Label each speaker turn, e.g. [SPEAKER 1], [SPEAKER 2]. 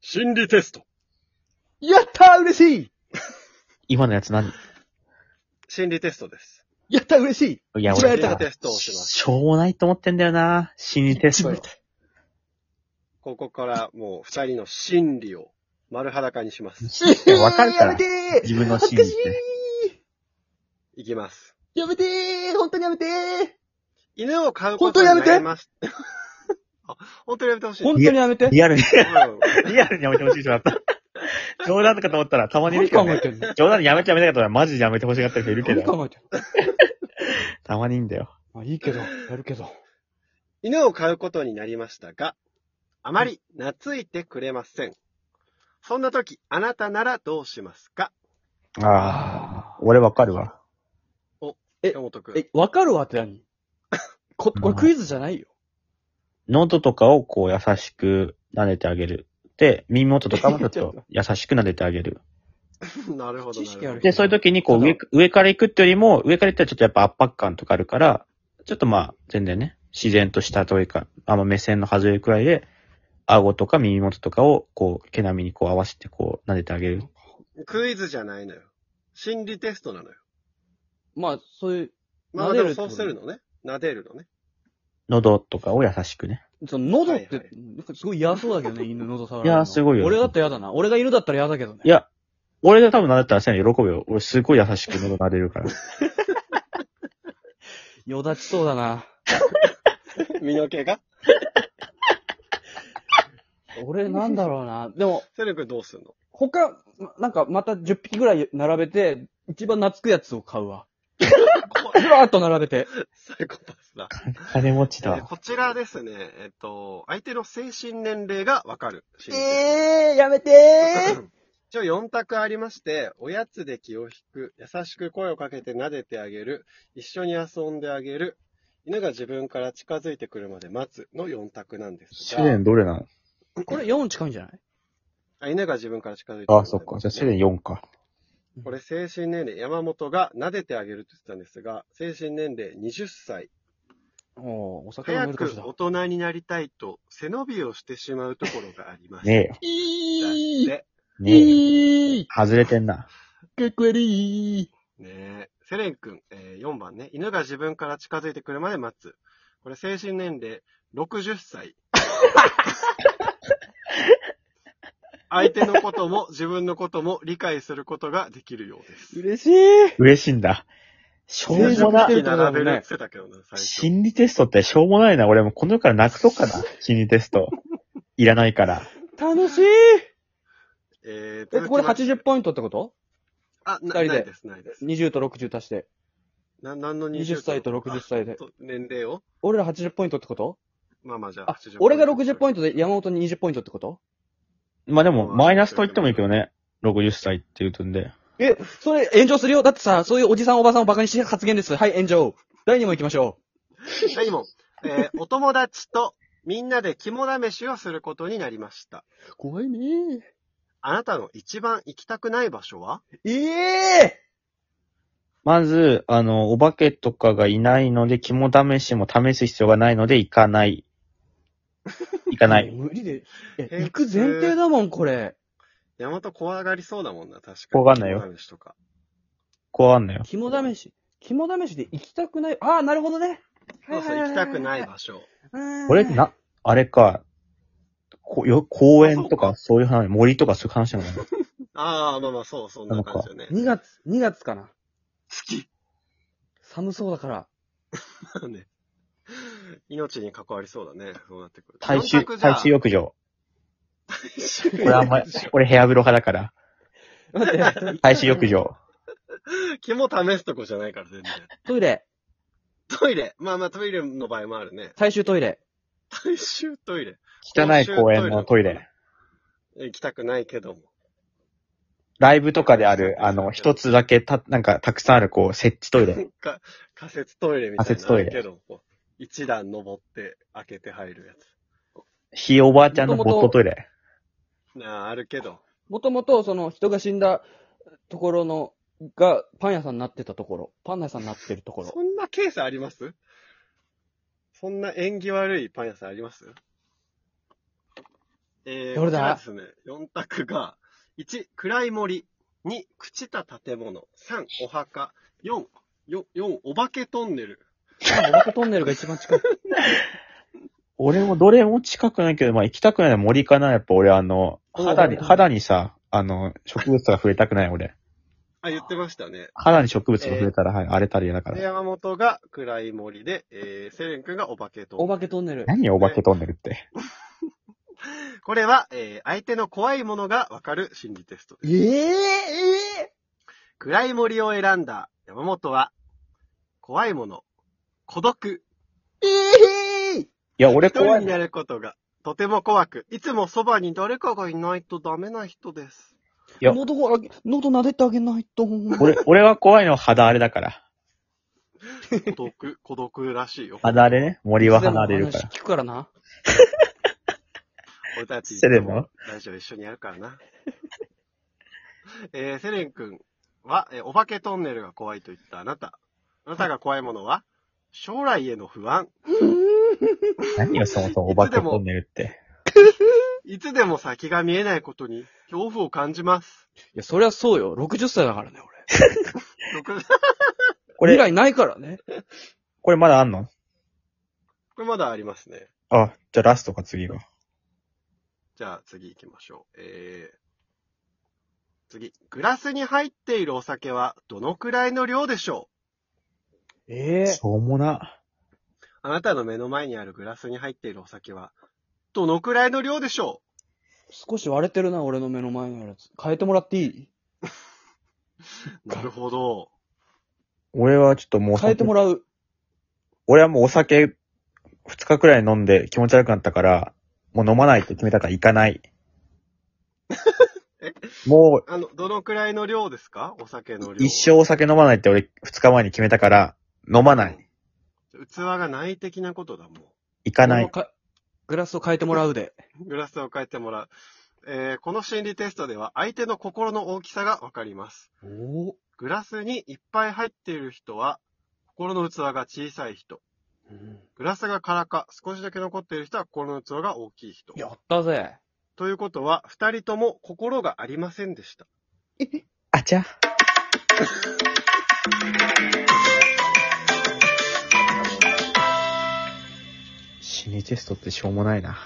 [SPEAKER 1] 心理テスト。
[SPEAKER 2] やったー嬉しい
[SPEAKER 3] 今のやつ何
[SPEAKER 1] 心理テストです。
[SPEAKER 2] やったー嬉しい
[SPEAKER 3] いや、
[SPEAKER 2] 一番やり
[SPEAKER 3] 俺
[SPEAKER 1] 心
[SPEAKER 2] たか
[SPEAKER 1] 理テ
[SPEAKER 2] った
[SPEAKER 1] ストをします。
[SPEAKER 3] しょうもないと思ってんだよな。心理テストよ。
[SPEAKER 1] ここからもう二人の心理を丸裸にします。
[SPEAKER 3] いやわかるから
[SPEAKER 2] やめてー
[SPEAKER 3] 自分の
[SPEAKER 2] 恥ず
[SPEAKER 3] 心理
[SPEAKER 2] か
[SPEAKER 3] っ。
[SPEAKER 2] して
[SPEAKER 1] いきます。
[SPEAKER 2] いやめてー本当にやめてー
[SPEAKER 1] 犬を飼うことになります。あ 本当にやめてほしい。
[SPEAKER 2] 本
[SPEAKER 1] うん
[SPEAKER 2] 当にやめて
[SPEAKER 3] リアルに、リアルにやめてほしい人だった。冗談かと思ったら、たまにいる
[SPEAKER 2] 何
[SPEAKER 3] けど
[SPEAKER 2] 考え
[SPEAKER 3] ね。
[SPEAKER 2] てんの
[SPEAKER 3] 冗談やめてやめたかと思ったら、マジでやめてほしがってる人いるけ
[SPEAKER 2] 何
[SPEAKER 3] ど。
[SPEAKER 2] 考えてんの
[SPEAKER 3] たまにいいんだよ。
[SPEAKER 2] まあいいけど、やるけど。
[SPEAKER 1] 犬を飼うことになりましたが、あまり懐いてくれません。そんな時、あなたならどうしますか
[SPEAKER 3] ああ、俺わかるわ。
[SPEAKER 2] え
[SPEAKER 1] 山本くん。
[SPEAKER 2] え、わかるわって何こ、これクイズじゃないよ。
[SPEAKER 3] 喉とかをこう優しく撫でてあげる。で、耳元とかもちょっと優しく撫でてあげる。
[SPEAKER 1] なるほど
[SPEAKER 2] 知識
[SPEAKER 1] な
[SPEAKER 2] ある
[SPEAKER 1] る
[SPEAKER 3] で、そういう時にこう上か、上から行くってよりも、上から行ったらちょっとやっぱ圧迫感とかあるから、ちょっとまあ、全然ね、自然としたというか、あの目線の外れるくらいで、顎とか耳元とかを、こう、毛並みにこう合わせてこう、撫でてあげる。
[SPEAKER 1] ほど。クイズじゃないのよ。心理テストなのよ。
[SPEAKER 2] まあ、そういう、
[SPEAKER 1] ま
[SPEAKER 2] 撫
[SPEAKER 1] あ
[SPEAKER 2] で
[SPEAKER 1] で
[SPEAKER 2] るっ
[SPEAKER 1] も
[SPEAKER 2] てこ
[SPEAKER 1] そ
[SPEAKER 2] と
[SPEAKER 1] うするのね。撫でるのね。
[SPEAKER 3] 喉とかを優しくね。
[SPEAKER 2] その喉っ
[SPEAKER 1] はいは
[SPEAKER 2] て、なんかすごい嫌そうだけどね、犬喉触られるの。
[SPEAKER 3] いやすごいよ
[SPEAKER 2] 俺だったら嫌だな。俺が犬だったら嫌だけどね。
[SPEAKER 3] いや、俺が多分撫でたらせんの喜ぶよ。俺すごい優しく喉撫でるから。
[SPEAKER 2] よだちそうだな。
[SPEAKER 1] 身の毛が
[SPEAKER 2] 俺なんだろう な。でも、
[SPEAKER 1] セレブどうすんの
[SPEAKER 2] 他、まなんかまた10匹ぐらい並べて、一番懐くやつを買うわ。ずらーっと並べて。
[SPEAKER 1] サイコパスだ。
[SPEAKER 3] 金持ち
[SPEAKER 1] え
[SPEAKER 3] だ
[SPEAKER 1] ー
[SPEAKER 3] わ。
[SPEAKER 1] こちらですね、えっと、相手の精神年齢がわかる心理テスト。
[SPEAKER 2] えー、やめて
[SPEAKER 1] 一応4択ありまして、おやつで気を引く、優しく声をかけて撫でてあげる、一緒に遊んであげる、犬が自分から近づいてくるまで待つの4択なんです
[SPEAKER 3] 試
[SPEAKER 1] が
[SPEAKER 3] 練、どれなの
[SPEAKER 2] ーこれ4近いんじゃない
[SPEAKER 1] あ犬が自分から近づいてくる
[SPEAKER 3] あ
[SPEAKER 1] まで待つ
[SPEAKER 3] あ、そっか。じゃあ試練4か。
[SPEAKER 1] これ精神年齢、山本が撫でてあげるって言ってたんですが、精神年齢20歳。
[SPEAKER 2] おーお酒飲め
[SPEAKER 1] 早
[SPEAKER 2] る
[SPEAKER 1] く
[SPEAKER 2] 年だ。
[SPEAKER 1] 大人になりたいと背伸びをしてしまうところがあります。
[SPEAKER 3] ねえよ。
[SPEAKER 2] い
[SPEAKER 1] だって
[SPEAKER 3] ねえよ。
[SPEAKER 2] いい
[SPEAKER 3] 外れてんな。
[SPEAKER 2] けくえりー
[SPEAKER 1] ねえ。セレン君、えー4番ね。犬が自分から近づいてくるまで待つ。これ精神年齢60歳。 相手のことも自分のことも理解することができるようです。
[SPEAKER 2] 嬉しい
[SPEAKER 3] 嬉しいんだ。しょう
[SPEAKER 2] 正常
[SPEAKER 3] もな
[SPEAKER 2] だ。
[SPEAKER 1] 並べるって言ってたけどな、最初。
[SPEAKER 3] 心理テストってしょうもないな。俺もこの世からなくそうかな。心理テスト。いらないから。
[SPEAKER 2] 楽しい
[SPEAKER 1] えー、
[SPEAKER 2] え、こ
[SPEAKER 1] 続
[SPEAKER 2] れ
[SPEAKER 1] きまして
[SPEAKER 2] 80ポイントってこと
[SPEAKER 1] あ、な
[SPEAKER 2] 二人で
[SPEAKER 1] ないです、ないです。
[SPEAKER 2] ?20 と60足して。
[SPEAKER 1] な、何の
[SPEAKER 2] 20歳と60歳で
[SPEAKER 1] あ。と年齢を
[SPEAKER 2] 俺ら80ポイントってこと
[SPEAKER 1] まあまあじゃあ
[SPEAKER 2] あ、俺が60ポ
[SPEAKER 1] ン
[SPEAKER 2] イントで山本に20ポイントってこと
[SPEAKER 3] まあでも、マイナスと言ってもいいけどね。60歳って言うとんで。
[SPEAKER 2] え、それ炎上するよだってさ、そういうおじさんおばさんをバカにして発言です。はい、炎上。第2問行きましょ
[SPEAKER 1] ト。何も。えーお友達とみんなで肝試しをすることになりました。
[SPEAKER 2] う。怖いね
[SPEAKER 1] あなたの一番行きたくない場所は
[SPEAKER 2] ええ
[SPEAKER 3] まず、あの、お化けとかがいないので、肝試しも試す必要がないので、行かない。行か
[SPEAKER 2] ー、
[SPEAKER 3] ない。
[SPEAKER 2] 無理で。え、
[SPEAKER 1] え
[SPEAKER 2] 行く前提だもん、これ。
[SPEAKER 1] ヤマト怖がりそうだもんな、確かに。
[SPEAKER 3] 怖がんないよ
[SPEAKER 1] 肝試しとか
[SPEAKER 3] こうあんのよ。
[SPEAKER 2] 肝試し。肝試しで行きたくない。ああ、なるほどね。
[SPEAKER 1] そうそう、行きたくない場 所。
[SPEAKER 2] うん。
[SPEAKER 3] これ、な、あれか。こよ公園とか、そういう話、森とかそういう話なのかな
[SPEAKER 1] ああ、まあまあ、そう、そんな感じよね。
[SPEAKER 2] 2月、2月かな。
[SPEAKER 1] 好き
[SPEAKER 2] 寒そう だから。
[SPEAKER 1] ね。命に関わりそうだね、そうなってくると。
[SPEAKER 3] 大衆、
[SPEAKER 1] 四択じゃ
[SPEAKER 3] 大衆浴場。
[SPEAKER 1] こ
[SPEAKER 3] これあんまり、これ部屋風呂派だから。
[SPEAKER 2] 待って、
[SPEAKER 3] 大衆浴 場。
[SPEAKER 1] 肝試すとこじゃないから、全然。
[SPEAKER 2] トイレ、
[SPEAKER 1] トイレ。まあまあ、トイレの場合もあるね。
[SPEAKER 2] 最終トイレ。
[SPEAKER 1] 大衆トイレ。
[SPEAKER 3] 汚い公園のトイレ。
[SPEAKER 1] 行きたくないけども。
[SPEAKER 3] ライブとかである、あの、一つだけた、なんか、たくさんある、こう、設置トイレ。
[SPEAKER 1] か仮設トイレみたいな。
[SPEAKER 3] 仮設トイレ
[SPEAKER 1] けど、こう一段登って、開けて入るや
[SPEAKER 3] ひいおばあちゃんのボットトイレ。
[SPEAKER 1] つ。なあ、あるけど。
[SPEAKER 2] もともと、その、人が死んだところの、が、パン屋さんになってたところ。パン屋さんになってるところ。
[SPEAKER 1] そんなケースありますそんな縁起悪いパン屋さんありますえ
[SPEAKER 2] どれだ
[SPEAKER 1] こちらですね、4択が、1、暗い森、2、朽ちた建物、3、お墓、4、よ4、お化けトンネル。
[SPEAKER 2] あ、バカトンネルが一番 近い。
[SPEAKER 3] 俺もどれも近くないけど、まあ行きたくないのは森かな。やっぱ俺あの、肌に、
[SPEAKER 2] おう
[SPEAKER 3] 肌にさ、あの、植物が増えたくない俺。
[SPEAKER 1] あ、言ってましたね。
[SPEAKER 3] 肌に植物が増えたら、はい、荒れたり嫌だか
[SPEAKER 1] で、
[SPEAKER 3] ら。
[SPEAKER 1] 山本が暗い森で、えー、セレン君がお化けトンネル。
[SPEAKER 2] お化けトンネル。
[SPEAKER 3] 何お化け飛んでるって。
[SPEAKER 1] これは、えー、相手の怖いものがわかる心理テストです。
[SPEAKER 2] えええ
[SPEAKER 1] 暗い森を選んだ山本は、怖いもの、孤独、
[SPEAKER 2] えええ
[SPEAKER 3] いや、俺
[SPEAKER 1] 一人
[SPEAKER 3] 怖
[SPEAKER 1] に
[SPEAKER 3] い。
[SPEAKER 1] なることが、とても怖く、いつもそばに誰かがいないとダメな人です。
[SPEAKER 3] いや
[SPEAKER 2] 喉をあげ、喉撫でてあげないと。
[SPEAKER 3] 俺、俺は怖いのは肌荒れだから。
[SPEAKER 1] 孤独、 孤独らしいよ。
[SPEAKER 3] 肌荒れね。森は肌荒れるか
[SPEAKER 2] 話
[SPEAKER 3] ら。
[SPEAKER 2] 聞くからな。
[SPEAKER 1] 俺たち、
[SPEAKER 3] セレンは
[SPEAKER 1] ラジオ一緒にやるからな。 えー、セレン君は、えーお化けトンネルが怖いと言ったあなた。あなたが怖いものは、将来への不安。
[SPEAKER 3] 何よ、そもそもお化け飛んでるって。
[SPEAKER 1] いつでも先が見えないことに恐怖を感じます。
[SPEAKER 2] いや、そりゃそうよ。60歳だからね、俺。
[SPEAKER 1] 六
[SPEAKER 3] こ
[SPEAKER 2] 未
[SPEAKER 3] れ、
[SPEAKER 2] 来ないからね。
[SPEAKER 3] これまだあんの
[SPEAKER 1] これまだありますね。
[SPEAKER 3] あ、じゃあラストか次が。
[SPEAKER 1] じゃあ次行きましょう。えー、次。グラスに入っているお酒はどのくらいの量でしょ
[SPEAKER 2] え
[SPEAKER 3] しょうもな。
[SPEAKER 1] うあなたの目の前にあるグラスに入っているお酒はどのくらいの量でしょ
[SPEAKER 2] 少し割れてるな、俺の目の前のやつ。変えてもらっていいう
[SPEAKER 1] なるほど。
[SPEAKER 3] 俺はちょっともうお
[SPEAKER 2] 変え
[SPEAKER 3] 酒
[SPEAKER 2] て、もらう。
[SPEAKER 3] 俺はもうお酒、二日くらい飲んで気持ち悪くなったから、もう飲まないって決めたから行か ない。も
[SPEAKER 1] あの、どのくらいの量ですかお酒の
[SPEAKER 3] う、
[SPEAKER 1] 量。
[SPEAKER 3] 一生お酒飲まないって俺二日前に決めたから、飲まない。
[SPEAKER 1] 器がない的なことだもん。
[SPEAKER 3] 行かない。
[SPEAKER 2] かグラスを変えてもらうで。
[SPEAKER 1] グラスを変えてもらう。えー、この心理テストでは相手の心の大きさがわかります。
[SPEAKER 2] おお。
[SPEAKER 1] グラスにいっぱい入っている人は、心の器が小さい人。グラスが空か、少しだけ残っている人は心の器が大きい人。
[SPEAKER 2] やったぜ。
[SPEAKER 1] ということは、二人とも心がありませんでした。
[SPEAKER 3] あちゃ。心理テストってしょうもないな。